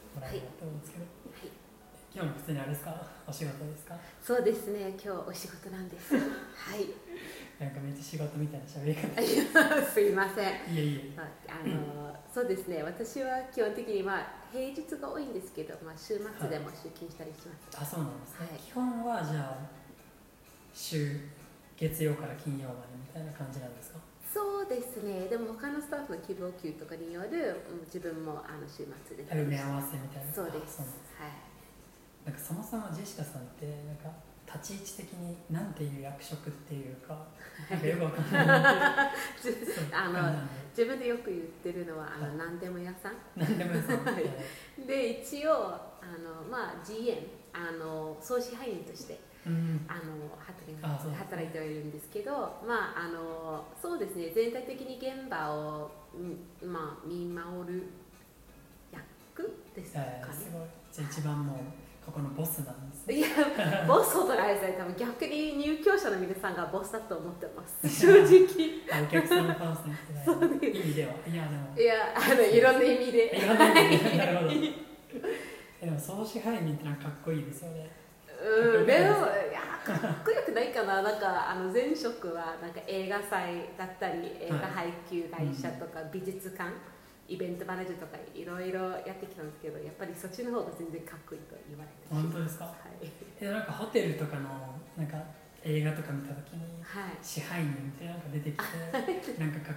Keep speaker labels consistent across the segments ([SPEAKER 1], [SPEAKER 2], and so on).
[SPEAKER 1] ですけど今日も普通にあれですかお仕事ですか
[SPEAKER 2] そうですね、今日お仕事なんです。はい、
[SPEAKER 1] なんかめっちゃ仕事みたいな喋り方
[SPEAKER 2] あいやすいません。
[SPEAKER 1] いえいえ
[SPEAKER 2] まああのそうですね、私は基本的にまあ平日が多いんですけど、まあ週末でも出勤したりします。
[SPEAKER 1] あそうなんですね、
[SPEAKER 2] はい
[SPEAKER 1] 基本はじゃあ週月曜から金曜までみたいな感じなんですか
[SPEAKER 2] そうですね、でも他のスタッフの希望給とかによる、うん自分もあの週末で出たり
[SPEAKER 1] 埋
[SPEAKER 2] し
[SPEAKER 1] め
[SPEAKER 2] て
[SPEAKER 1] 合
[SPEAKER 2] は
[SPEAKER 1] わせみたいな
[SPEAKER 2] そうです
[SPEAKER 1] あなんなんかそもそもジェシカさんってなんか立ち位置的になんていう役職っていうかなんかよくわかん ない
[SPEAKER 2] い。
[SPEAKER 1] そう
[SPEAKER 2] あの
[SPEAKER 1] なんで
[SPEAKER 2] 自分でよく言ってるのは、あ
[SPEAKER 1] は
[SPEAKER 2] の
[SPEAKER 1] い
[SPEAKER 2] 何でも屋さん。
[SPEAKER 1] なんで も屋さんって
[SPEAKER 2] で一応あの、まあ、GM あの総支配員として
[SPEAKER 1] うん
[SPEAKER 2] あの働い
[SPEAKER 1] あそうですね
[SPEAKER 2] 働いてはいるんですけどまああのそうですね全体的に現場を、うんまあ、見守る役ですか
[SPEAKER 1] え
[SPEAKER 2] ね
[SPEAKER 1] ー、すごいじゃあ一番もうここのボスなんですね
[SPEAKER 2] いやボスを捉えたら多分逆に入居者の皆さんがボスだと思って ます正直
[SPEAKER 1] あお客さんファーストみたいな意味ではいやでも
[SPEAKER 2] いやあのいろんな意味で
[SPEAKER 1] い らないねなるほどでも総支配人ってなんかかっこいいですよね
[SPEAKER 2] う ん、でもいやかっこよくないかななんかあの前職はなんか映画祭だったり映画配給会社とか美術館、イベントマネージャーとかいろいろやってきたんですけどやっぱりそっちの方が全然かっこいいと言われて
[SPEAKER 1] 本当ですか
[SPEAKER 2] はい、
[SPEAKER 1] でなんかホテルとかのなんか映画とか見た時に
[SPEAKER 2] はい、
[SPEAKER 1] 支配人みたいなのが出てきてなんかかっ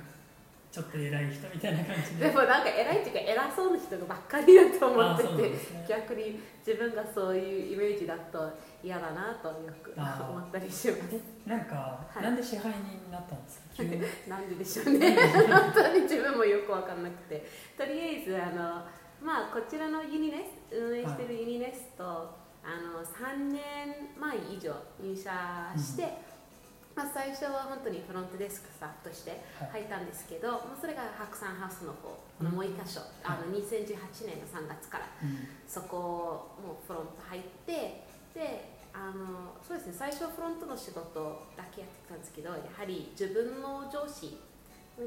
[SPEAKER 1] ちょっと偉い人みたいな感じで
[SPEAKER 2] でもなんか偉いっていうか偉そうな人がばっかりだと 思
[SPEAKER 1] あ
[SPEAKER 2] っ
[SPEAKER 1] ーそうなん
[SPEAKER 2] てて、
[SPEAKER 1] ですね
[SPEAKER 2] 逆に自分がそういうイメージだと嫌だなとよく
[SPEAKER 1] あー
[SPEAKER 2] 思ったりします
[SPEAKER 1] なんか、
[SPEAKER 2] はい
[SPEAKER 1] なんで支配人になったんですか急に
[SPEAKER 2] なんででしょう ね本当に自分もよく分かんなくてとりあえずあの、まあ、こちらのユニネス運営してるユニネスと、あの3年前以上入社して、まあ、最初は本当にフロントデスクさんとして
[SPEAKER 1] はい
[SPEAKER 2] 入ったんですけど、まあ、それが白山ハウスの方このもう1箇所、あの2018年の3月から
[SPEAKER 1] うん
[SPEAKER 2] そこをもうフロント入ってであのそうですね最初はフロントの仕事だけやってたんですけどやはり自分の上司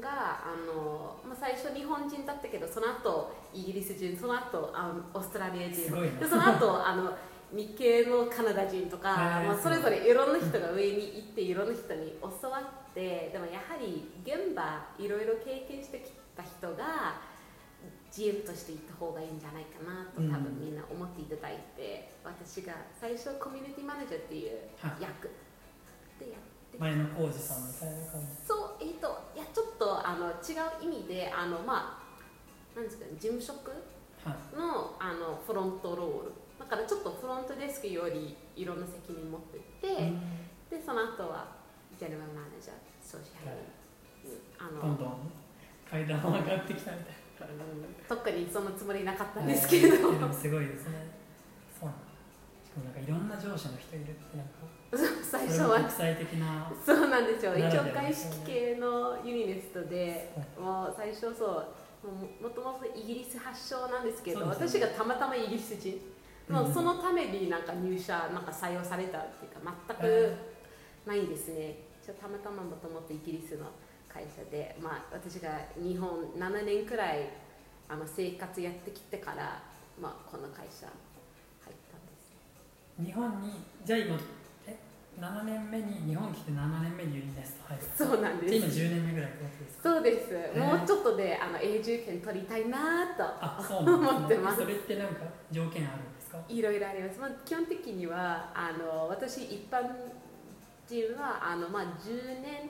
[SPEAKER 2] があの、まあ、最初日本人だったけどその後イギリス人その後あのオーストラリア人
[SPEAKER 1] すごいね
[SPEAKER 2] でその後あの日系のカナダ人とか、
[SPEAKER 1] へー
[SPEAKER 2] まあ、それぞれいろんな人が上に行っていろんな人に教わってでもやはり現場いろいろ経験してきた人が GM として行った方がいいんじゃないかなと
[SPEAKER 1] うん
[SPEAKER 2] 多分みんな思っていただいて、私が最初コミュニティマネージャーっていう
[SPEAKER 1] はい
[SPEAKER 2] 役でやって
[SPEAKER 1] 前の浩二さんみたいな感じ
[SPEAKER 2] そうえっ、といやちょっとあの違う意味であのまあなんですかね事務職
[SPEAKER 1] はい
[SPEAKER 2] のあのフロントロールだからちょっとフロントデスクよりいろんな責任持ってて、
[SPEAKER 1] うん
[SPEAKER 2] でその後はジェネラルマネージャー総支配人、あの
[SPEAKER 1] どんどん階段を上がってきたみたいな
[SPEAKER 2] 特にそのつもりなかったんですけど、
[SPEAKER 1] で もすごいですねそうなんだしかもなんかいろんな上司の人いるってなんか
[SPEAKER 2] 最
[SPEAKER 1] そ
[SPEAKER 2] 初
[SPEAKER 1] れも
[SPEAKER 2] は
[SPEAKER 1] 国際的な
[SPEAKER 2] そうなんですよ
[SPEAKER 1] な
[SPEAKER 2] 一
[SPEAKER 1] らでは
[SPEAKER 2] 応外資系のユニネストでもう最初そうもうもともとイギリス発祥なんですけど、
[SPEAKER 1] そうです
[SPEAKER 2] 私
[SPEAKER 1] ね
[SPEAKER 2] がたまたまイギリス人
[SPEAKER 1] うん
[SPEAKER 2] もうそのためになんか入社なんか採用されたっていうか全
[SPEAKER 1] え
[SPEAKER 2] くないんですね一応たまたまもともとイギリスの会社で、まあ、私が日本7年くらいあの生活やってきてから、まあ、この会社入ったんです
[SPEAKER 1] 日本にじゃあ今え7年目に日本来て7年目にユニネスト入る
[SPEAKER 2] そうなんです
[SPEAKER 1] じゃあ今10年目ぐらいってことですか
[SPEAKER 2] そうです、
[SPEAKER 1] ー
[SPEAKER 2] もうちょっとであの永住権取りたいなぁと
[SPEAKER 1] あそうなんです、ね、
[SPEAKER 2] 思ってます
[SPEAKER 1] それってなんか条件あるんですか
[SPEAKER 2] いろいろあります、まあ、基本的にはあの私一般人はあの、まあ、10年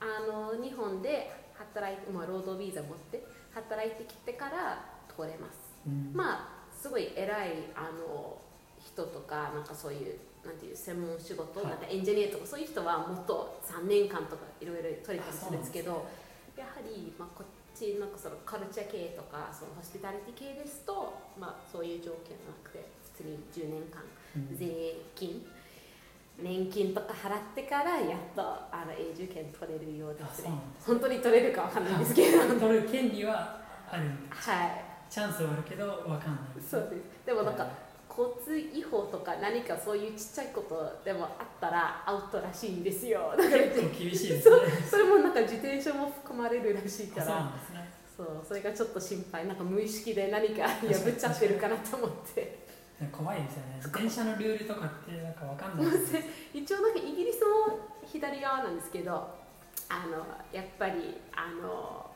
[SPEAKER 2] あの日本で働いて、まあ、労働ビザ持って働いてきてから取れます
[SPEAKER 1] うん
[SPEAKER 2] まあすごい偉いあの人とかなんかそういうなんていう専門仕事、
[SPEAKER 1] はい
[SPEAKER 2] なんかエンジニアとかそういう人はもっと3年間とかいろいろ取れたりするんですけどやはり、まあ、こっちなんかそのカルチャー系とかそのホスピタリティ系ですと、まあ、そういう条件はなくて普通に10年間
[SPEAKER 1] うん
[SPEAKER 2] 税金年金とか払ってからやっとあの永住権取れるようで
[SPEAKER 1] あ
[SPEAKER 2] す
[SPEAKER 1] そう
[SPEAKER 2] ね
[SPEAKER 1] なんです
[SPEAKER 2] 本当に取れるかわかんないです けど はい
[SPEAKER 1] 取る権利はあるチャンスはあるけどわかんないです
[SPEAKER 2] そ
[SPEAKER 1] ね
[SPEAKER 2] うですでもなんか交通違法とか何かそういうちっちゃいことでもあったらアウトらしいんですよ だから
[SPEAKER 1] 結構厳しいですね
[SPEAKER 2] それもなんか自転車も含まれるらしい
[SPEAKER 1] あ
[SPEAKER 2] か
[SPEAKER 1] そう
[SPEAKER 2] ら
[SPEAKER 1] なんですね
[SPEAKER 2] そうそれがちょっと心配なんか無意識で何か破っちゃってるかなと思って
[SPEAKER 1] なんか怖いですよね電車のルールとかってなんかわかんない
[SPEAKER 2] もう
[SPEAKER 1] です
[SPEAKER 2] せ一応なんかイギリスも左側なんですけどあのやっぱりあの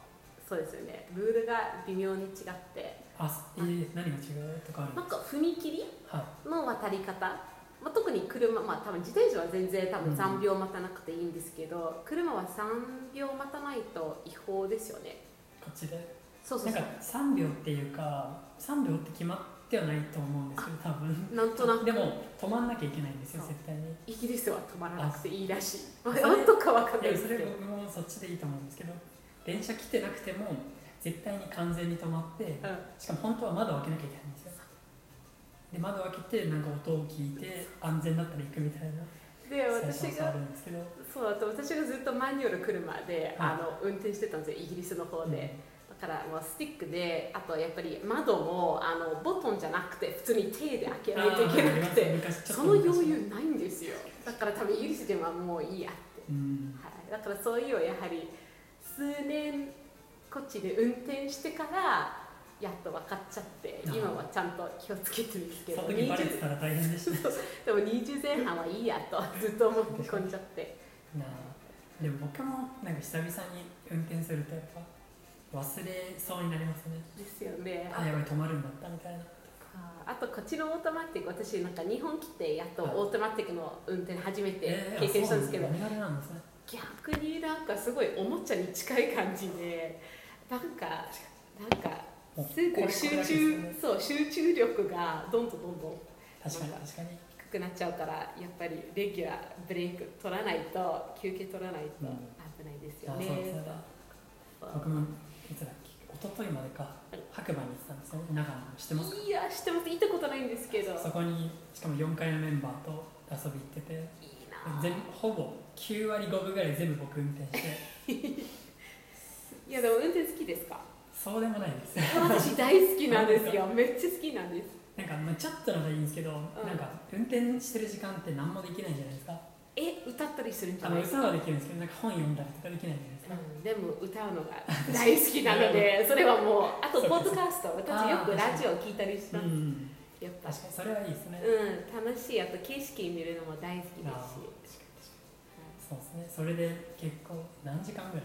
[SPEAKER 2] そうですよねルールが微妙に違って
[SPEAKER 1] あえー、何が違うとかあるん
[SPEAKER 2] なん
[SPEAKER 1] です
[SPEAKER 2] か踏切
[SPEAKER 1] かはい
[SPEAKER 2] の渡り方、まあ、特に車まあ多分自転車は全然多分3秒待たなくていいんですけど、車は3秒待たないと違法ですよね
[SPEAKER 1] こっちで
[SPEAKER 2] そうそ
[SPEAKER 1] な
[SPEAKER 2] うんそ
[SPEAKER 1] か3秒っていうか3秒って決まってはないと思うんですけど多分
[SPEAKER 2] うなんとなく
[SPEAKER 1] でも止まんなきゃいけないんですよ
[SPEAKER 2] そう
[SPEAKER 1] 絶対に
[SPEAKER 2] イギリスは止まらなくていいらしい
[SPEAKER 1] あ
[SPEAKER 2] まあ本当かわかん
[SPEAKER 1] い
[SPEAKER 2] な
[SPEAKER 1] や
[SPEAKER 2] いで
[SPEAKER 1] そ
[SPEAKER 2] す
[SPEAKER 1] れ
[SPEAKER 2] けど
[SPEAKER 1] 僕もそっちでいいと思うんですけど電車来てなくても絶対に完全に止まって
[SPEAKER 2] うん
[SPEAKER 1] しかも本当は窓を開けなきゃいけないんですよで窓を開けてなんか音を聞いて安全だったら行くみたいな
[SPEAKER 2] で
[SPEAKER 1] ステーシ
[SPEAKER 2] 私
[SPEAKER 1] ョン
[SPEAKER 2] が
[SPEAKER 1] あるんですけど
[SPEAKER 2] そうだと私がずっとマニュアル車で、
[SPEAKER 1] はい
[SPEAKER 2] あの運転してたんですよイギリスの方
[SPEAKER 1] うん
[SPEAKER 2] で、だからもうスティックであとやっぱり窓もあのボトンじゃなくて普通に手で開けないといけなくて
[SPEAKER 1] 昔ちょっ
[SPEAKER 2] そ
[SPEAKER 1] と
[SPEAKER 2] の余
[SPEAKER 1] 昔
[SPEAKER 2] 裕ないんですよだから多分イギリス人はもういいやって、
[SPEAKER 1] うん
[SPEAKER 2] はい、だからそういうのをやはり数年こっちで運転してからやっと分かっちゃって
[SPEAKER 1] あー
[SPEAKER 2] 今はちゃんと気をつけてるんですけ
[SPEAKER 1] そ
[SPEAKER 2] ど
[SPEAKER 1] の時バレて
[SPEAKER 2] 20
[SPEAKER 1] たら大変でした
[SPEAKER 2] でも20前半はいいやとずっと思い込んじゃって。
[SPEAKER 1] なあでも僕もなんか久々に運転するとやっぱ忘れそうになりますね
[SPEAKER 2] ですよね。
[SPEAKER 1] あやばい止まるんだったみたいな
[SPEAKER 2] あとこっちのオートマティック私なんか日本来てやっと
[SPEAKER 1] はい
[SPEAKER 2] オートマティックの運転初めて
[SPEAKER 1] えー
[SPEAKER 2] 経験したんですけど、
[SPEAKER 1] あそうなんだ見慣れなんですね
[SPEAKER 2] 逆になんかすごいおもちゃに近い感じでなんかなんか
[SPEAKER 1] もう
[SPEAKER 2] す
[SPEAKER 1] これ
[SPEAKER 2] ぐ集
[SPEAKER 1] これだけです
[SPEAKER 2] 中、
[SPEAKER 1] ね
[SPEAKER 2] そう集中力がどんどんどんどん
[SPEAKER 1] 確かに確かに
[SPEAKER 2] 低くなっちゃうからやっぱりレギュラーブレイク取らないと休憩取らない
[SPEAKER 1] う
[SPEAKER 2] と
[SPEAKER 1] ん
[SPEAKER 2] 危ないですよ
[SPEAKER 1] あそうです
[SPEAKER 2] ね
[SPEAKER 1] ね。
[SPEAKER 2] そう
[SPEAKER 1] 僕もいつだっけ一昨日までか白馬に行ってたんですよ長野知ってますか
[SPEAKER 2] いや知ってます行ったことないんですけどいい
[SPEAKER 1] そこにしかも4回のメンバーと遊び行ってて
[SPEAKER 2] なあ
[SPEAKER 1] 全ほぼ9割5分ぐらい全部僕運転して
[SPEAKER 2] いやでも運転好きですか
[SPEAKER 1] そうでもないです
[SPEAKER 2] 私大好きなんですよめっちゃ好きなんです
[SPEAKER 1] なんか、まあ、ちょっとならいいんですけど、
[SPEAKER 2] ん
[SPEAKER 1] なんか運転してる時間って何もできないじゃないですか
[SPEAKER 2] え歌ったりするんじ
[SPEAKER 1] あ
[SPEAKER 2] ゃ
[SPEAKER 1] の
[SPEAKER 2] ないです
[SPEAKER 1] 歌
[SPEAKER 2] か、
[SPEAKER 1] はできるんですけどなんか本読んだりとかできないじゃないですか、
[SPEAKER 2] うんでも歌うのが大好きなので それはもうあと
[SPEAKER 1] そう
[SPEAKER 2] ポ
[SPEAKER 1] か
[SPEAKER 2] ッドキャスト私よくラジオ聞いたりし
[SPEAKER 1] う
[SPEAKER 2] ます、
[SPEAKER 1] ん、
[SPEAKER 2] やっぱ
[SPEAKER 1] 確かにそれはいいですね、
[SPEAKER 2] うん楽しいあと景色見るのも大好きですし、
[SPEAKER 1] あー
[SPEAKER 2] は
[SPEAKER 1] そうですねそれで結構何時間ぐらい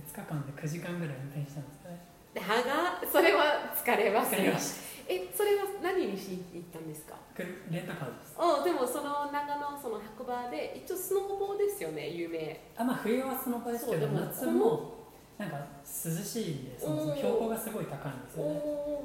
[SPEAKER 1] 2日間で9時間ぐらい運転したんですかね
[SPEAKER 2] いで歯がそれは疲れます
[SPEAKER 1] 疲れ
[SPEAKER 2] よ
[SPEAKER 1] まし
[SPEAKER 2] えそれは何にしに行ったんですか
[SPEAKER 1] くるレンタカーです
[SPEAKER 2] おでもその長野その白馬で一応スノボですよね有名
[SPEAKER 1] あまあ冬はスノボですけど
[SPEAKER 2] そうでも
[SPEAKER 1] 夏もなんか涼しいんでそもそも
[SPEAKER 2] おー
[SPEAKER 1] 標高がすごい高いんです
[SPEAKER 2] お
[SPEAKER 1] よねだ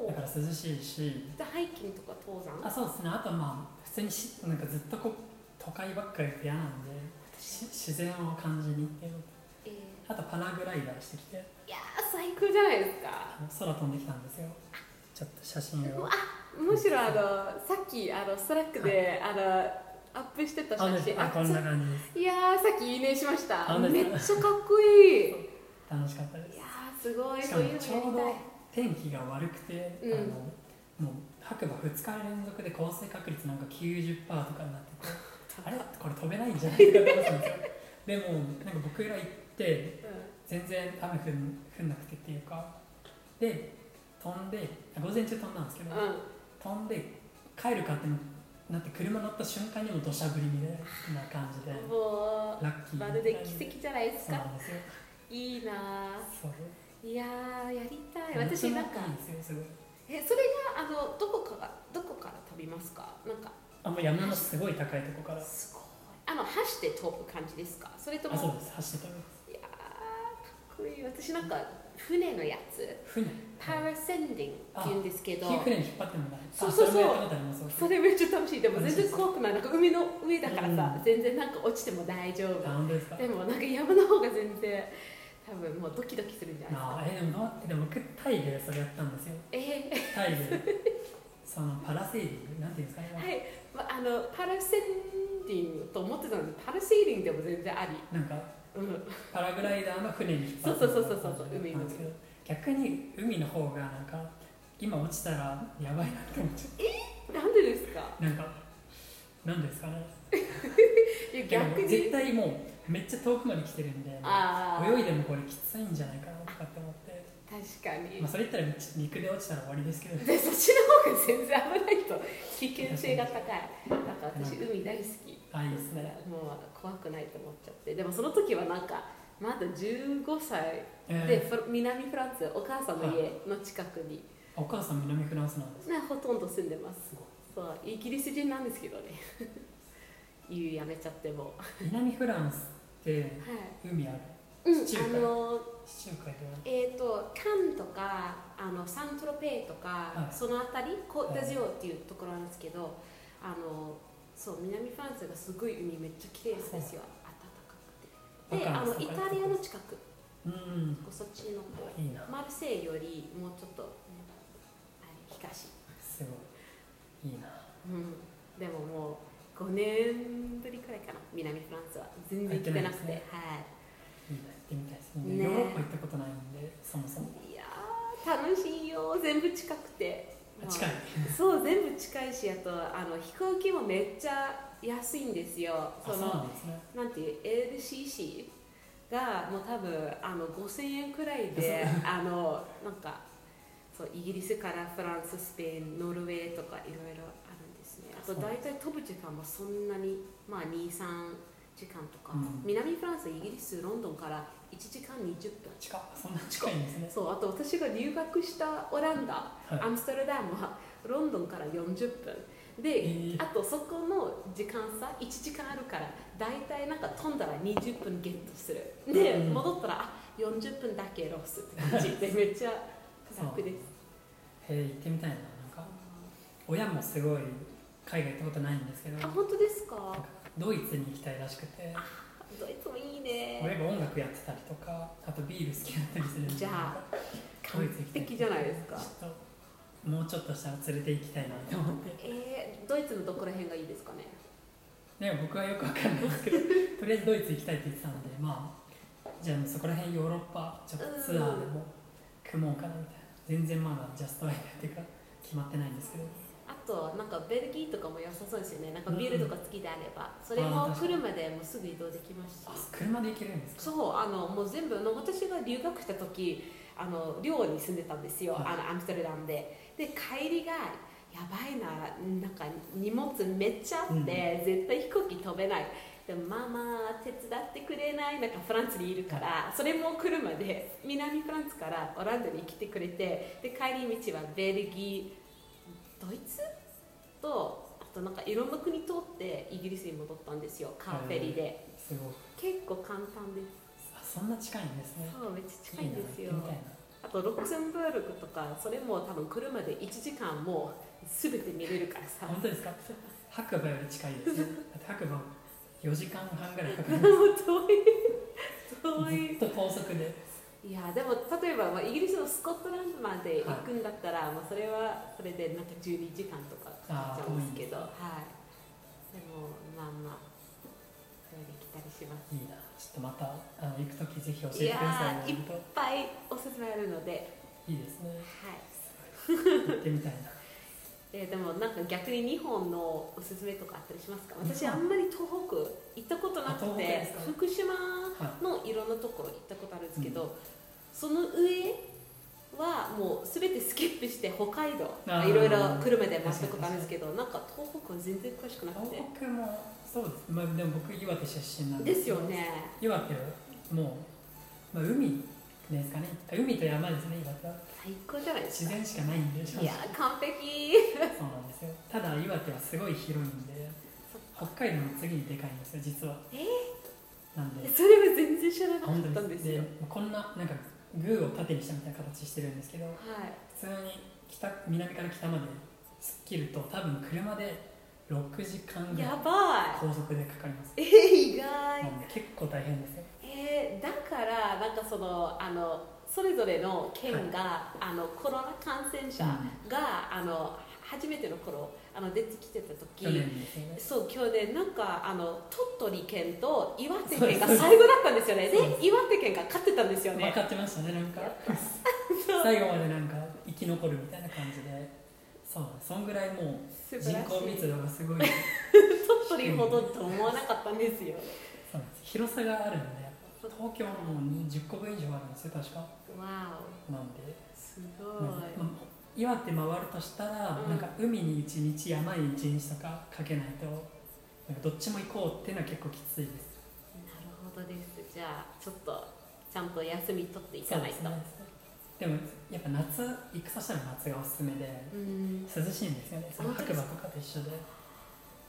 [SPEAKER 2] お
[SPEAKER 1] から涼しいし
[SPEAKER 2] じゃあハイキングとか登山
[SPEAKER 1] あそうですねあとはまあ普通にしなんかずっとこう都会ばっかりで嫌なんでし自然を感じにっていうのと
[SPEAKER 2] えー
[SPEAKER 1] あとパラグライダーしてきて
[SPEAKER 2] いやー最高じゃないですか
[SPEAKER 1] あの空飛んできたんですよちょっと写真
[SPEAKER 2] う
[SPEAKER 1] を
[SPEAKER 2] わむしろあのさっきあのストラックであのアップしてた
[SPEAKER 1] あの
[SPEAKER 2] 写真
[SPEAKER 1] あこんな感じです
[SPEAKER 2] いやーさっきいいねしました
[SPEAKER 1] あ
[SPEAKER 2] め
[SPEAKER 1] 本当
[SPEAKER 2] っち
[SPEAKER 1] で
[SPEAKER 2] ゃ
[SPEAKER 1] す
[SPEAKER 2] か
[SPEAKER 1] か
[SPEAKER 2] っこいいい
[SPEAKER 1] 楽しかったです
[SPEAKER 2] やーすごい
[SPEAKER 1] し
[SPEAKER 2] そ
[SPEAKER 1] か
[SPEAKER 2] う
[SPEAKER 1] も
[SPEAKER 2] いうのやり
[SPEAKER 1] ちょうど天気が悪くて、
[SPEAKER 2] うん
[SPEAKER 1] あのもう白馬2日連続で降水確率なんか90%とかになって てあれこれ飛べないんじゃないかと思ったんですよでもなんか僕ら行って
[SPEAKER 2] たい、
[SPEAKER 1] 全然雨降ん降んなくてっていうかで飛んであ午前中飛んだんですけど、
[SPEAKER 2] うんうん、
[SPEAKER 1] 飛んで帰るかってなって車乗った瞬間にも土砂降りみたいな感じで
[SPEAKER 2] も
[SPEAKER 1] ラッキ
[SPEAKER 2] う
[SPEAKER 1] ー
[SPEAKER 2] まるで奇跡じゃないです
[SPEAKER 1] そうな
[SPEAKER 2] か
[SPEAKER 1] んですよ
[SPEAKER 2] いいな
[SPEAKER 1] そう
[SPEAKER 2] ーいやーやりたい私なんか
[SPEAKER 1] めっちゃいいんですよすごい
[SPEAKER 2] えそれがあのどこからどこから飛びますかなんか
[SPEAKER 1] あもう山のすごい高いとこから
[SPEAKER 2] すごいあの箸で飛ぶ感じですかそれと
[SPEAKER 1] あそう
[SPEAKER 2] も
[SPEAKER 1] です走ってたんです
[SPEAKER 2] いやーかっこいい私なんか船のやつ
[SPEAKER 1] 船
[SPEAKER 2] パラセンディングって言うんですけど、
[SPEAKER 1] 木船に引っ張ってもらう
[SPEAKER 2] そうそうそう
[SPEAKER 1] あれもやったことあります
[SPEAKER 2] それめっちゃ楽しいでも全然怖くないなんか海の上だからさ、
[SPEAKER 1] うん
[SPEAKER 2] 全然なんか落ちても大丈
[SPEAKER 1] あ本
[SPEAKER 2] 夫
[SPEAKER 1] 当ですか
[SPEAKER 2] でもなんか山の方が全然多分もうドキドキするんじゃな
[SPEAKER 1] あ
[SPEAKER 2] い
[SPEAKER 1] えでもでも僕タイでそれやったんですよ
[SPEAKER 2] ですかえ
[SPEAKER 1] タイでそのパラセーリングなんていうんですかね、
[SPEAKER 2] ー、はい、まあのパラセンディングと思ってたのでパラセーリングでも全然あり、
[SPEAKER 1] なんか
[SPEAKER 2] うん、
[SPEAKER 1] パラグライダーの船に引っ張って
[SPEAKER 2] そうそうそうそうそう海の
[SPEAKER 1] なんですけど逆に海の方がなんか今落ちたらやばいなって思っちゃ
[SPEAKER 2] なんでですか
[SPEAKER 1] うなんかなんですかね
[SPEAKER 2] いや逆
[SPEAKER 1] でも絶
[SPEAKER 2] に
[SPEAKER 1] 対もうめっちゃ遠くまで来てるんで
[SPEAKER 2] あー
[SPEAKER 1] 泳いでもこれきついんじゃないかなとかって思って
[SPEAKER 2] 確かに
[SPEAKER 1] まあ、それ言ったら陸で落ちたら終わりですけど
[SPEAKER 2] でそっちの方が全然危ないと危険性が高いだから私海大好き
[SPEAKER 1] あいいです
[SPEAKER 2] だか
[SPEAKER 1] ね
[SPEAKER 2] らもう怖くないと思っちゃってでもその時はなんかまだ15歳で
[SPEAKER 1] え
[SPEAKER 2] フラ南フランスお母さんの家の近くに、
[SPEAKER 1] ー、お母さん南フランスなんです
[SPEAKER 2] ね、ほとんど住んでます
[SPEAKER 1] すごい
[SPEAKER 2] そうイギリス人なんですけどね 言うやめちゃってもう
[SPEAKER 1] 南フランスって
[SPEAKER 2] はい
[SPEAKER 1] 海ある
[SPEAKER 2] うん
[SPEAKER 1] 地中海
[SPEAKER 2] あの
[SPEAKER 1] 地中海では
[SPEAKER 2] えー、とカンとかあのサントロペイとか、
[SPEAKER 1] はい
[SPEAKER 2] その辺りコー
[SPEAKER 1] はい
[SPEAKER 2] ダジオっていうところなんですけど、あのそう南フランスがすごい海めっちゃ綺麗なんですよ暖かくてで
[SPEAKER 1] わか
[SPEAKER 2] あ
[SPEAKER 1] る
[SPEAKER 2] のイタリアの近く
[SPEAKER 1] うん
[SPEAKER 2] そっちの方
[SPEAKER 1] いいな
[SPEAKER 2] マルセイユよりもうちょっと、ね、あれ東、
[SPEAKER 1] すごいいいな
[SPEAKER 2] うん、でももう5年ぶりくらいかな南フランスは全然来てなくて
[SPEAKER 1] 行ってないですね
[SPEAKER 2] はい
[SPEAKER 1] いいな行ってみたいですね
[SPEAKER 2] ね
[SPEAKER 1] ヨーロッパ行ったことないんでそもそも
[SPEAKER 2] いやー楽しいよ全部近くて
[SPEAKER 1] あ近い
[SPEAKER 2] そう全部近いしあとあの飛行機もめっちゃ安いんですよ
[SPEAKER 1] あ
[SPEAKER 2] そ
[SPEAKER 1] そう
[SPEAKER 2] の
[SPEAKER 1] なんですね
[SPEAKER 2] なんていう LCC がもう多分あの5000円くらいであのなんかそうイギリスからフランススペインノルウェーとかいろいろあるんですねあと
[SPEAKER 1] そう
[SPEAKER 2] 大体飛ぶ時間もそんなにまあ23時間とか、
[SPEAKER 1] うん
[SPEAKER 2] 南フランスイギリスロンドンから1時間20分
[SPEAKER 1] 近っそんな近いんですね
[SPEAKER 2] そうあと私が留学したオランダ、
[SPEAKER 1] はい
[SPEAKER 2] アムステルダムはロンドンから40分
[SPEAKER 1] え
[SPEAKER 2] で、
[SPEAKER 1] ー
[SPEAKER 2] あとそこの時間差1時間あるから大体なんか飛んだら20分ゲットするで、
[SPEAKER 1] うん
[SPEAKER 2] 戻ったらあ40分だけロスって 感じでめっちゃ楽です
[SPEAKER 1] へえ行ってみたいななんか親もすごい海外行ったことないんですけど
[SPEAKER 2] あ本当です
[SPEAKER 1] な
[SPEAKER 2] か
[SPEAKER 1] んかドイツに行きたいらしくて
[SPEAKER 2] ドイツもいいね
[SPEAKER 1] 親が音楽やってたりとかあとビール好きだったりするんで
[SPEAKER 2] じゃあ
[SPEAKER 1] ドイ
[SPEAKER 2] 完
[SPEAKER 1] ツ行きたい
[SPEAKER 2] 璧じゃないですか
[SPEAKER 1] ちょっともうちょっとしたら連れて行きたいなと思って
[SPEAKER 2] えー、ドイツのどこら辺がいいですかね
[SPEAKER 1] ね僕はよくわかんない ですけどとりあえずドイツ行きたいって言ってたのでまあじゃあそこら辺ヨーロッパちょっとツアーでも組もうかなみたいな全然まだジャストアイデアっていうか決まってないんですけど
[SPEAKER 2] あとなんかベルギーとかも良さそうですよねなんかビールとか好きであれば、それも車でもうすぐ移動できますし
[SPEAKER 1] あ車で行けるんですか
[SPEAKER 2] そうあのもう全部あの私が留学した時あの寮に住んでたんですよ、
[SPEAKER 1] はい
[SPEAKER 2] あのアムステルダムでで帰りがやばいななんか荷物めっちゃあって、
[SPEAKER 1] うん
[SPEAKER 2] 絶対飛行機飛べないでもママ手伝ってくれないなんかフランスにいるからそれも車で南フランスからオランダに来てくれてで帰り道はベルギードイツとあとなんかいろんな国通ってイギリスに戻ったんですよカーフェリーで、
[SPEAKER 1] すごい
[SPEAKER 2] 結構簡単です
[SPEAKER 1] あそんな近いんですね
[SPEAKER 2] そうめっちゃ近いんですよ
[SPEAKER 1] いいな行ってみたい
[SPEAKER 2] あとロクセンブールクとかそれも多分車で1時間もう全て見れるからさ
[SPEAKER 1] な本当ですか白馬より近いですねだって白馬4時間半ぐらいかかる
[SPEAKER 2] もう遠い
[SPEAKER 1] ずっと高速で
[SPEAKER 2] 遠いいやでも例えば、まあ、イギリスのスコットランドまで行くんだったら、まあ、それはそれでなんか12時間とかかかっちゃうんですけど
[SPEAKER 1] あー
[SPEAKER 2] はいでもまあまあそれで来たりします
[SPEAKER 1] いいなちょっとまたあの行く時ぜひ教えて
[SPEAKER 2] い
[SPEAKER 1] ください
[SPEAKER 2] やーいっ
[SPEAKER 1] 本
[SPEAKER 2] ぱいおすすめあるので
[SPEAKER 1] 当いいですね
[SPEAKER 2] はい
[SPEAKER 1] 行ってみたいな
[SPEAKER 2] えーでもなんか逆に日本のおすすめとかあったりしますか
[SPEAKER 1] 日本
[SPEAKER 2] 私あんまり東北行ったことなく
[SPEAKER 1] あ東北で
[SPEAKER 2] て
[SPEAKER 1] すか
[SPEAKER 2] 福島
[SPEAKER 1] は
[SPEAKER 2] のいろんなところ行ったことあるんですけど、
[SPEAKER 1] う
[SPEAKER 2] その上はもう全てスキップして北海道
[SPEAKER 1] あー
[SPEAKER 2] いろいろ車で回ったことあるんですけどなんか東北は全然詳しくなくて
[SPEAKER 1] 東北もそうです、まあ、でも僕岩手出身なん
[SPEAKER 2] で
[SPEAKER 1] です
[SPEAKER 2] よね
[SPEAKER 1] 岩手はもう、まあ、海ですかね海と山ですね岩手は
[SPEAKER 2] 最高じゃないです
[SPEAKER 1] 自
[SPEAKER 2] か
[SPEAKER 1] 然しかないんでしょ
[SPEAKER 2] いやー完璧
[SPEAKER 1] そうなんですよただ岩手はすごい広いんで北海道の次にでかいんですよ実は
[SPEAKER 2] え
[SPEAKER 1] なんで
[SPEAKER 2] それは全然知らなか
[SPEAKER 1] 本
[SPEAKER 2] っ
[SPEAKER 1] 当
[SPEAKER 2] たんですよ
[SPEAKER 1] こんななんかグーを縦にしたみたいな形してるんですけど
[SPEAKER 2] はい
[SPEAKER 1] 普通に北南から北まで突っ切ると多分車で6時間ぐらい
[SPEAKER 2] やばい
[SPEAKER 1] 高速でかかります
[SPEAKER 2] えー、意外
[SPEAKER 1] なんで結構大変ですよ
[SPEAKER 2] えーだからなんかそのあのそれぞれの県が、あのコロナ感染者が、あの初めての頃あの出てきてた
[SPEAKER 1] 去
[SPEAKER 2] 時
[SPEAKER 1] 年ですよね
[SPEAKER 2] そう去年なんかあの鳥取県と岩手県が最後だったんですよねで
[SPEAKER 1] そうです
[SPEAKER 2] 岩手県が勝ってたんですよ
[SPEAKER 1] 分
[SPEAKER 2] ね
[SPEAKER 1] かってましたねなんか
[SPEAKER 2] そう
[SPEAKER 1] 最後までなんか生き残るみたいな感じでそうそんぐらいもう
[SPEAKER 2] 素晴
[SPEAKER 1] 人
[SPEAKER 2] らし
[SPEAKER 1] 口
[SPEAKER 2] い
[SPEAKER 1] 密度が すごい
[SPEAKER 2] 鳥取ほどと思わなかったんですよ
[SPEAKER 1] そうなんです広さがあるんで東京ももう10個分以上あるんですよ確か
[SPEAKER 2] わ
[SPEAKER 1] なんで、
[SPEAKER 2] おすごい、
[SPEAKER 1] まあまあ岩手回るとしたら、
[SPEAKER 2] うん
[SPEAKER 1] なんか海に一日山に一日とかかけないとなんかどっちも行こうっていうのは結構きついです
[SPEAKER 2] ほどですじゃあちょっとちゃんと休み取っていかないと
[SPEAKER 1] そうですねでもやっぱ夏行くとしたら夏がおすすめで
[SPEAKER 2] うん
[SPEAKER 1] 涼しいんですよねその白馬とかと一緒で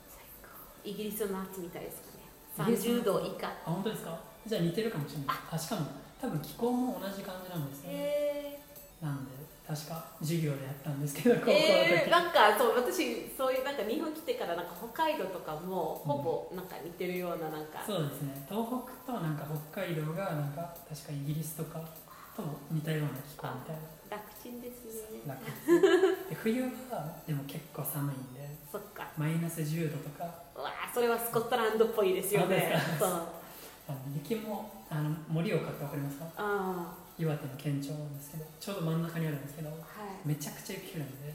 [SPEAKER 2] 最高イギリスの夏みたいですか
[SPEAKER 1] イ
[SPEAKER 2] ね
[SPEAKER 1] ギリスの
[SPEAKER 2] 30度以下
[SPEAKER 1] あ本当ですかじゃあ似てるかもしれないあしかも多分気候も同じ感じなんですね
[SPEAKER 2] へ
[SPEAKER 1] なんで確か授業でやったんですけど高校の時、
[SPEAKER 2] えー、なんかそう私そういうなんか日本来てからなんか北海道とかもほぼなんか似てるようななんか、
[SPEAKER 1] そうですね東北となんか北海道がなんか確かイギリスとかとも似たような気候みたいな
[SPEAKER 2] 楽ちんですね
[SPEAKER 1] 楽で冬はでも結構寒いんで
[SPEAKER 2] そっか
[SPEAKER 1] マイナス10度とか
[SPEAKER 2] うわーそれはスコットランドっぽいですよね
[SPEAKER 1] そうです
[SPEAKER 2] そう
[SPEAKER 1] あの雪もあの盛岡ってわかりますか
[SPEAKER 2] あ
[SPEAKER 1] 岩手の県庁なんですけどちょうど真ん中にあるんですけど
[SPEAKER 2] ーはい
[SPEAKER 1] めちゃくちゃ雪降るんで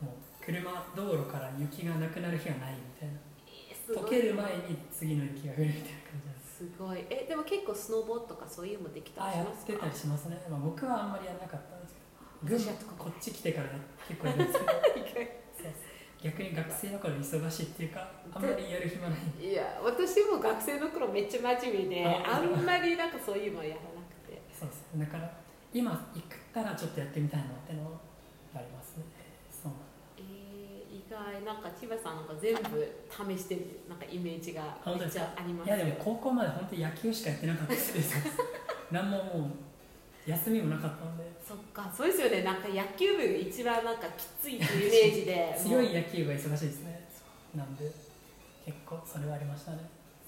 [SPEAKER 1] もう車道路から雪がなくなる日はないみたいな
[SPEAKER 2] えーすごい
[SPEAKER 1] 溶ける前に次の雪が降るみたいな感じなんです
[SPEAKER 2] すごいえでも結構スノーボードとかそういうのもできた
[SPEAKER 1] あ
[SPEAKER 2] りし
[SPEAKER 1] や
[SPEAKER 2] ま
[SPEAKER 1] っ
[SPEAKER 2] す
[SPEAKER 1] て
[SPEAKER 2] か
[SPEAKER 1] たりしますね、まあ、僕はあんまりやらなかったんですけど群馬とかこっち来てから結構やるんですけ どそう逆に学生だから忙しいっていうかあんまりやる暇ない
[SPEAKER 2] いや私も学生の頃めっちゃ真面目で
[SPEAKER 1] あ
[SPEAKER 2] あんまりなんかそういうのやらなくて
[SPEAKER 1] そうですだから今行ったらちょっとやってみたいなってのはありますねそう
[SPEAKER 2] えー、意外なんか千葉さんなんか全部試してるなんかイメージが
[SPEAKER 1] 本当
[SPEAKER 2] めっ
[SPEAKER 1] です
[SPEAKER 2] ち
[SPEAKER 1] か
[SPEAKER 2] ゃありま
[SPEAKER 1] い
[SPEAKER 2] す
[SPEAKER 1] やでも高校まで本当に野球しかやってなかったです何ももう休みもなかったんで
[SPEAKER 2] そっかそうですよねなんか野球部一番なんかきついっていうイメージで
[SPEAKER 1] 強い
[SPEAKER 2] もう
[SPEAKER 1] 野球が忙しいですねなんで結構それはありましたね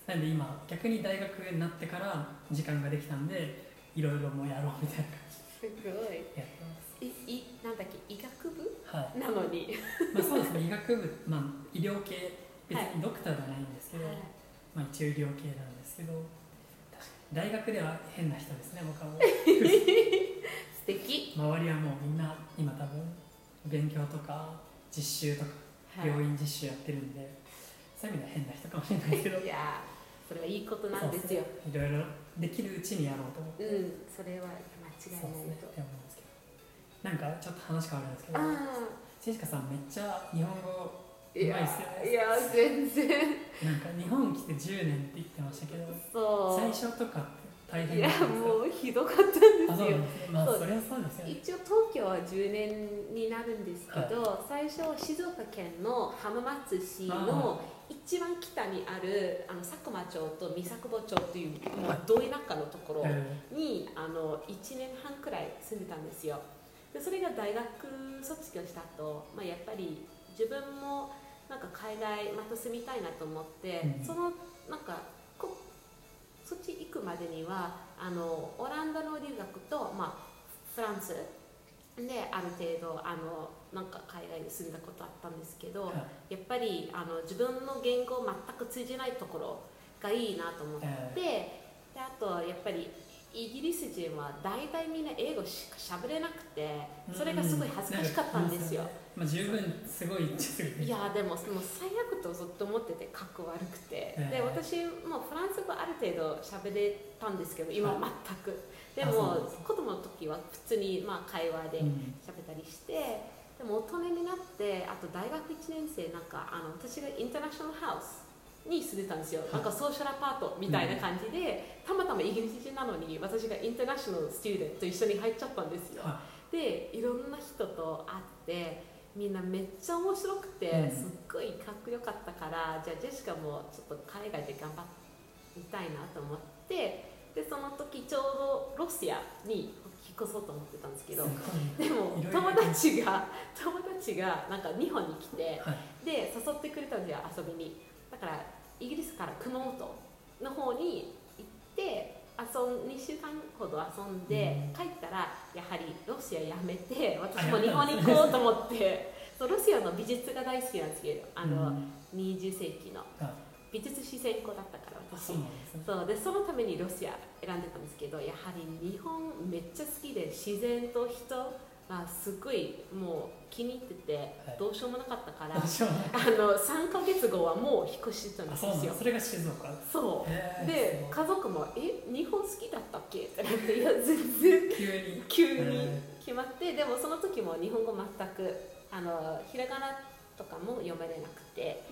[SPEAKER 1] なんで今逆に大学になってから時間ができたんでいろいろもうやろうみたいな感
[SPEAKER 2] すごい
[SPEAKER 1] じでやってます
[SPEAKER 2] いいなんだっけ医学部
[SPEAKER 1] はい
[SPEAKER 2] なの に
[SPEAKER 1] まあそうですね医学部、まあ、医療系別
[SPEAKER 2] は
[SPEAKER 1] にドクターじゃないんですけど、まあ、一応医療系なんですけど確かに大学では変な人ですね僕は もう
[SPEAKER 2] 素敵
[SPEAKER 1] 周りはもうみんな今多分勉強とか実習とか
[SPEAKER 2] はい
[SPEAKER 1] 病院実習やってるんで、そういう意味では変な人かもしれないけ ど
[SPEAKER 2] いやーそれはいいことなんですよ
[SPEAKER 1] いろいろできるうちにやろうと思って、
[SPEAKER 2] うんそれ
[SPEAKER 1] そ
[SPEAKER 2] は
[SPEAKER 1] う
[SPEAKER 2] 間違
[SPEAKER 1] です
[SPEAKER 2] いない
[SPEAKER 1] ね
[SPEAKER 2] と
[SPEAKER 1] って思うんですけどなんかちょっと話変わるんですけど
[SPEAKER 2] あ
[SPEAKER 1] ジェシカさんめっちゃ日本語
[SPEAKER 2] あいや
[SPEAKER 1] うまいっすよね
[SPEAKER 2] いや全然
[SPEAKER 1] なんか日本来て10年って言ってましたけど
[SPEAKER 2] そう
[SPEAKER 1] 最初とかって大変
[SPEAKER 2] いや
[SPEAKER 1] ったんです
[SPEAKER 2] も
[SPEAKER 1] よ
[SPEAKER 2] うひどかったんです
[SPEAKER 1] あそうな
[SPEAKER 2] よ
[SPEAKER 1] んですねまあ
[SPEAKER 2] そう
[SPEAKER 1] そりゃそうですよね
[SPEAKER 2] 一応東京は10年になるんですけど、最初は静岡県の浜松市の一番北にあるあの佐久間町と三作穂町というもうど田舎のところ
[SPEAKER 1] え
[SPEAKER 2] にあの1年半くらい住んでたんですよでそれが大学卒業した後、まあやっぱり自分もなんか海外また住みたいなと思って、
[SPEAKER 1] うん
[SPEAKER 2] そのなんかこそっち行くまでにはあのオランダの留学と、まあ、フランスである程度あのなんか海外に住んだことあったんですけど、
[SPEAKER 1] は
[SPEAKER 2] やっぱりあの自分の言語を全く通じないところがいいなと思って、
[SPEAKER 1] え
[SPEAKER 2] であとやっぱりイギリス人は大体みんな英語しか喋れなくて
[SPEAKER 1] い
[SPEAKER 2] それがすごい恥ずかしかったんですよ
[SPEAKER 1] う、なんかそうですよねまあ、十分すごい言っちゃってる
[SPEAKER 2] いやでももう最悪とずっと思っててかっこ悪く
[SPEAKER 1] え
[SPEAKER 2] て、
[SPEAKER 1] え
[SPEAKER 2] で私もうフランス語ある程度喋れたんですけど今は全く、で
[SPEAKER 1] あそうなん
[SPEAKER 2] も
[SPEAKER 1] ですね
[SPEAKER 2] 子供の時は普通にまあ会話で
[SPEAKER 1] うん
[SPEAKER 2] 喋ったりして、でも大人になってあと大学1年生なんかあの私がインターナショナルハウスに住んでたんですよ、
[SPEAKER 1] い
[SPEAKER 2] なんかソーシャルアパートみたいな感じで、たまたまイギリス人なのに私がインターナショナルスチューデントと一緒に入っちゃったんですよ、
[SPEAKER 1] は
[SPEAKER 2] でいろんな人と会ってみんなめっちゃ面白くて、
[SPEAKER 1] うん
[SPEAKER 2] すっごいかっこよかったからじゃあジェシカもちょっと海外で頑張りたいなと思ってでその時ちょうどロシアに引っ越そうと思ってたんですけ
[SPEAKER 1] す
[SPEAKER 2] ど
[SPEAKER 1] ごい
[SPEAKER 2] でも
[SPEAKER 1] いろいろ
[SPEAKER 2] 友達が友達がなんか日本に来て
[SPEAKER 1] はい
[SPEAKER 2] で誘ってくれたんですよ遊びにだからイギリスから熊本の方に行って遊ん2週間ほど遊んで
[SPEAKER 1] うん
[SPEAKER 2] 帰ったらやはりロシアやめて私も
[SPEAKER 1] あ
[SPEAKER 2] 日
[SPEAKER 1] やめた
[SPEAKER 2] 本
[SPEAKER 1] んです
[SPEAKER 2] に
[SPEAKER 1] ね
[SPEAKER 2] 行こうと思 ってそうロシアの美術が大好きなんですけどあ
[SPEAKER 1] う
[SPEAKER 2] の
[SPEAKER 1] ん
[SPEAKER 2] 20世紀の
[SPEAKER 1] あ
[SPEAKER 2] 美術史専攻だったから私
[SPEAKER 1] そうなんですね
[SPEAKER 2] そうでそのためにロシア選んでたんですけどやはり日本めっちゃ好きで自然と人がすごいもう気に入ってて
[SPEAKER 1] はい
[SPEAKER 2] どうしようもなかったから、
[SPEAKER 1] あそうなん
[SPEAKER 2] あの3ヶ月後はもう引っ越してたん
[SPEAKER 1] あ
[SPEAKER 2] です
[SPEAKER 1] そう
[SPEAKER 2] よ
[SPEAKER 1] なんだそれが静岡
[SPEAKER 2] そう
[SPEAKER 1] へー
[SPEAKER 2] です家族も「え日本好きだったっけ?」ってなって「いや全然
[SPEAKER 1] ごい急に
[SPEAKER 2] 急に
[SPEAKER 1] へ
[SPEAKER 2] 決まってでもその時も日本語全くあのひらがなとかも読めれなくて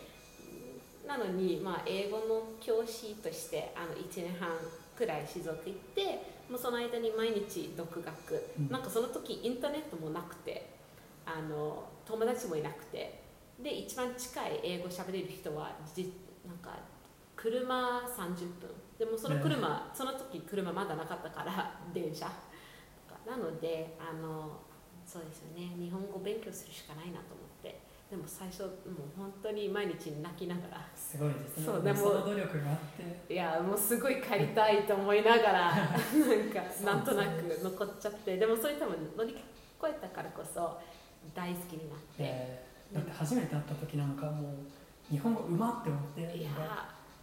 [SPEAKER 2] なのに、まあ、英語の教師としてあの1年半くらい静岡行ってもうその間に毎日独学、
[SPEAKER 1] うん
[SPEAKER 2] なんかその時インターネットもなくてあの友達もいなくてで一番近い英語喋れる人はじなんか車30分でもその車、その時車まだなかったから 電車なのであのそうですよね日本語勉強するしかないなと思ってでも最初もう本当に毎日泣きながら
[SPEAKER 1] すごいですね
[SPEAKER 2] そうでも
[SPEAKER 1] その努力があって
[SPEAKER 2] いやもうすごい借りたいと思い ながらなんかなんとなく残っちゃってでもそれ多分乗り越えたからこそ大好きになって、
[SPEAKER 1] でだって初めて会った時なんかもう日本語うまって思って
[SPEAKER 2] いや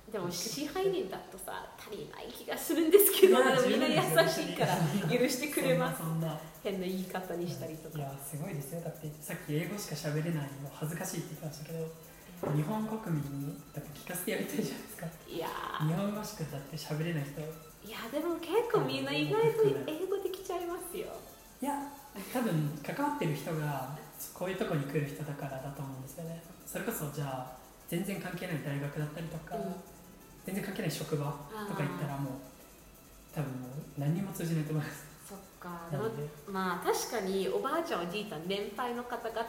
[SPEAKER 2] ーでも支配人だとさ足りない気がするんですけど
[SPEAKER 1] いや
[SPEAKER 2] でもみんな優
[SPEAKER 1] 十分です
[SPEAKER 2] しいから許してくれます
[SPEAKER 1] そんな
[SPEAKER 2] 変な言い方にしたりと
[SPEAKER 1] いや
[SPEAKER 2] か
[SPEAKER 1] すごいですよだってさっき英語しか喋れないの恥ずかしいって言ってましたけど日本国民にだって聞かせてやりたいじゃないですか
[SPEAKER 2] いやー
[SPEAKER 1] 日本語しかだって喋れない人
[SPEAKER 2] いやでも結構みんな意外と英語できちゃいますよ
[SPEAKER 1] いや多分関わってる人がこういうとこに来る人だからだと思うんですよねそれこそじゃあ全然関係ない大学だったりとか、
[SPEAKER 2] うん
[SPEAKER 1] 全然関係ない職場とか行ったらもう多分もう何にも通じないと思います
[SPEAKER 2] そっかで
[SPEAKER 1] な
[SPEAKER 2] も
[SPEAKER 1] ので
[SPEAKER 2] まあ確かにおばあちゃんおじいちゃん年配の方々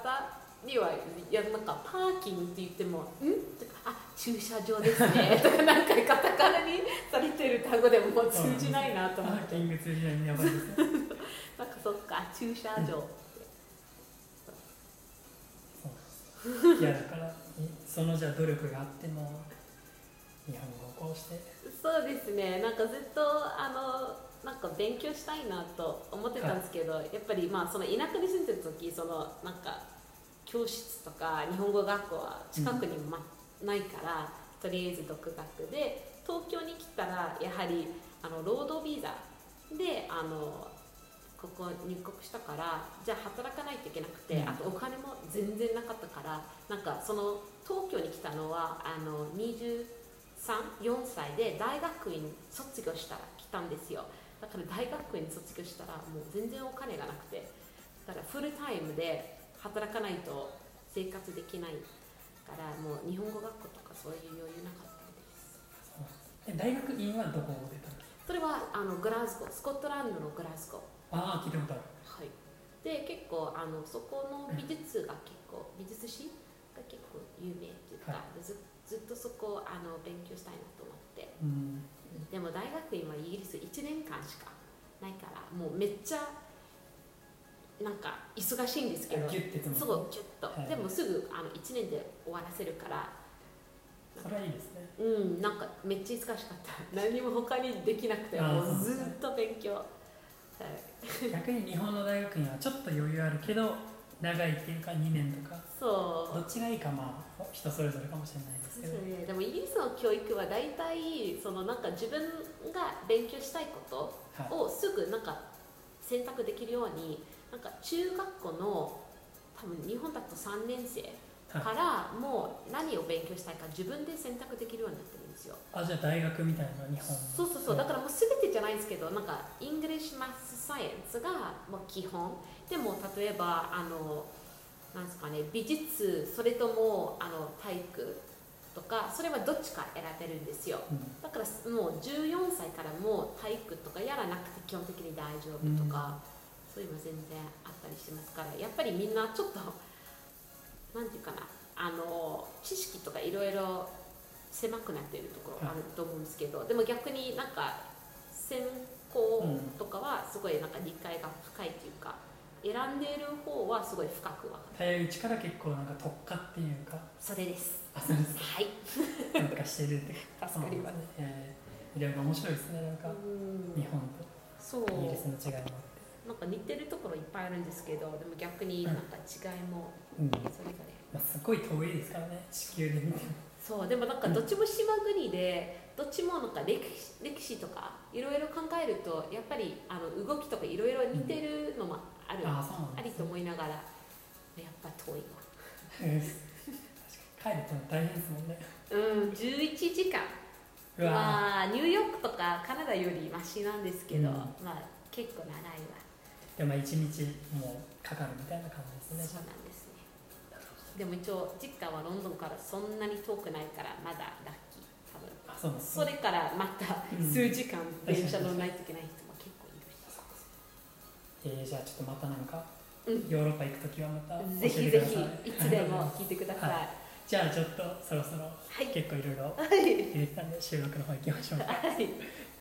[SPEAKER 2] にはいやなんかパーキングって言っても「ん?」とか「あ駐車場です ね」とかなんかカタカナにされてる単語でももう通じないなと
[SPEAKER 1] パ
[SPEAKER 2] 思っ
[SPEAKER 1] ー
[SPEAKER 2] て
[SPEAKER 1] キング通じないのやばいですね
[SPEAKER 2] なんかそっか駐車場
[SPEAKER 1] そういやだからそのじゃあ努力があっても日本語をこうして
[SPEAKER 2] そうですねなんかずっとあのなんか勉強したいなと思ってたんですけど、やっぱりまあその田舎に住んでた時そのなんか教室とか日本語学校は近くにも、まないからとりあえず独学で東京に来たらやはりあの労働ビザであのここ入国したからじゃあ働かないといけなくて、
[SPEAKER 1] うん
[SPEAKER 2] あとお金も全然なかったからなんかその東京に来たのはあの23 4歳で大学院卒業したら来たんですよだから大学院卒業したらもう全然お金がなくてだからフルタイムで働かないと生活できないからもう日本語学校とかそういう余裕なかった
[SPEAKER 1] え
[SPEAKER 2] です
[SPEAKER 1] 大学院はどこを出たんですか
[SPEAKER 2] それはあのグラスゴースコットランドのグラスゴー
[SPEAKER 1] ああ聞いたことある
[SPEAKER 2] はい、で結構あのそこの美術が結構美術史が結構有名っていう
[SPEAKER 1] は
[SPEAKER 2] か、ずずっとそこをあの勉強したいなと思って
[SPEAKER 1] うん
[SPEAKER 2] でも大学院はイギリス1年間しかないからもうめっちゃなんか忙しいんですけど
[SPEAKER 1] あギュッて詰めて
[SPEAKER 2] そうギュッと、
[SPEAKER 1] はい
[SPEAKER 2] でもすぐあの1年で終わらせるから
[SPEAKER 1] それはいいですね
[SPEAKER 2] うんなんかめっちゃ忙しかった何も他にできなくて
[SPEAKER 1] あー
[SPEAKER 2] もうずっと勉強、はい
[SPEAKER 1] 逆に日本の大学院はちょっと余裕あるけど長いっていうか2年とか
[SPEAKER 2] そう
[SPEAKER 1] どっちがいいかまあ人それぞれかもしれないですけど
[SPEAKER 2] ね、でもイギリスの教育は大体そのなんか自分が勉強したいこ
[SPEAKER 1] はい
[SPEAKER 2] とをすぐなんか選択できるようになんか中学校の多分日本だと3年生
[SPEAKER 1] はい
[SPEAKER 2] からもう何を勉強したいか自分で選択できるようになってるんですよ
[SPEAKER 1] あじゃあ大学みたいな日本の
[SPEAKER 2] そうそうそうだからもう全てじゃないんですけどなんかイングリッシュマスサイエンスがもう基本でも例えばあのなんですかね美術それともあの体育とかそれはどっちか選べるんですよ
[SPEAKER 1] うん
[SPEAKER 2] だからもう14歳からもう体育とかやらなくて基本的に大丈夫とか、そういうの全然あったりしますからやっぱりみんなちょっとなんていうかなあの知識とかいろいろ狭くなっているところあると思うんですけど、でも逆になんか専攻とかはすごいなんか理解が深いというか選んでいる方はすごい深く分かる
[SPEAKER 1] 早いうちから結構なんか特化っていうか
[SPEAKER 2] それです
[SPEAKER 1] あそうです
[SPEAKER 2] はい
[SPEAKER 1] 特化してるって
[SPEAKER 2] 助かります
[SPEAKER 1] そうですねえーいろいろ面白いですねなんか日本
[SPEAKER 2] そう
[SPEAKER 1] とイギリスの違いもあって
[SPEAKER 2] なんか似てるところいっぱいあるんですけどでも逆になんか違いも
[SPEAKER 1] うん
[SPEAKER 2] それぞれ、
[SPEAKER 1] まあすごい遠いですからね地球で見ても
[SPEAKER 2] そうでもなんかどっちも島国でどっちもなんか歴史歴史とかいろいろ考えるとやっぱりあの動きとかいろいろ似てるのもある、
[SPEAKER 1] ああそうなん
[SPEAKER 2] あ
[SPEAKER 1] で
[SPEAKER 2] り
[SPEAKER 1] す
[SPEAKER 2] と
[SPEAKER 1] ね
[SPEAKER 2] 思いながらやっぱ遠いわ
[SPEAKER 1] うん確かに帰るっても大変ですもんね
[SPEAKER 2] うん11時間
[SPEAKER 1] うわ
[SPEAKER 2] まあニューヨークとかカナダよりマシなんですけど、
[SPEAKER 1] うん
[SPEAKER 2] まあ結構長いわ
[SPEAKER 1] でまあ一日もうかかるみたいな感じです
[SPEAKER 2] そう
[SPEAKER 1] ね
[SPEAKER 2] なんですねでも一応実家はロンドンからそんなに遠くないからまだラッキー多分
[SPEAKER 1] あそうなんです
[SPEAKER 2] それからまた
[SPEAKER 1] うん
[SPEAKER 2] 数時間電車乗らないといけない人も結構い
[SPEAKER 1] えー、
[SPEAKER 2] る
[SPEAKER 1] じゃあちょっとまたなんか
[SPEAKER 2] うん
[SPEAKER 1] ヨーロッパ行くときはまた
[SPEAKER 2] ぜ
[SPEAKER 1] 教え
[SPEAKER 2] ひ
[SPEAKER 1] てく
[SPEAKER 2] ぜ
[SPEAKER 1] ださい、
[SPEAKER 2] ひいつでも聞いてください。
[SPEAKER 1] はじゃあちょっとそろそろ
[SPEAKER 2] はい。
[SPEAKER 1] 結構いろいろ
[SPEAKER 2] はい。
[SPEAKER 1] 入れてたんで収録の方行きましょうか
[SPEAKER 2] はい。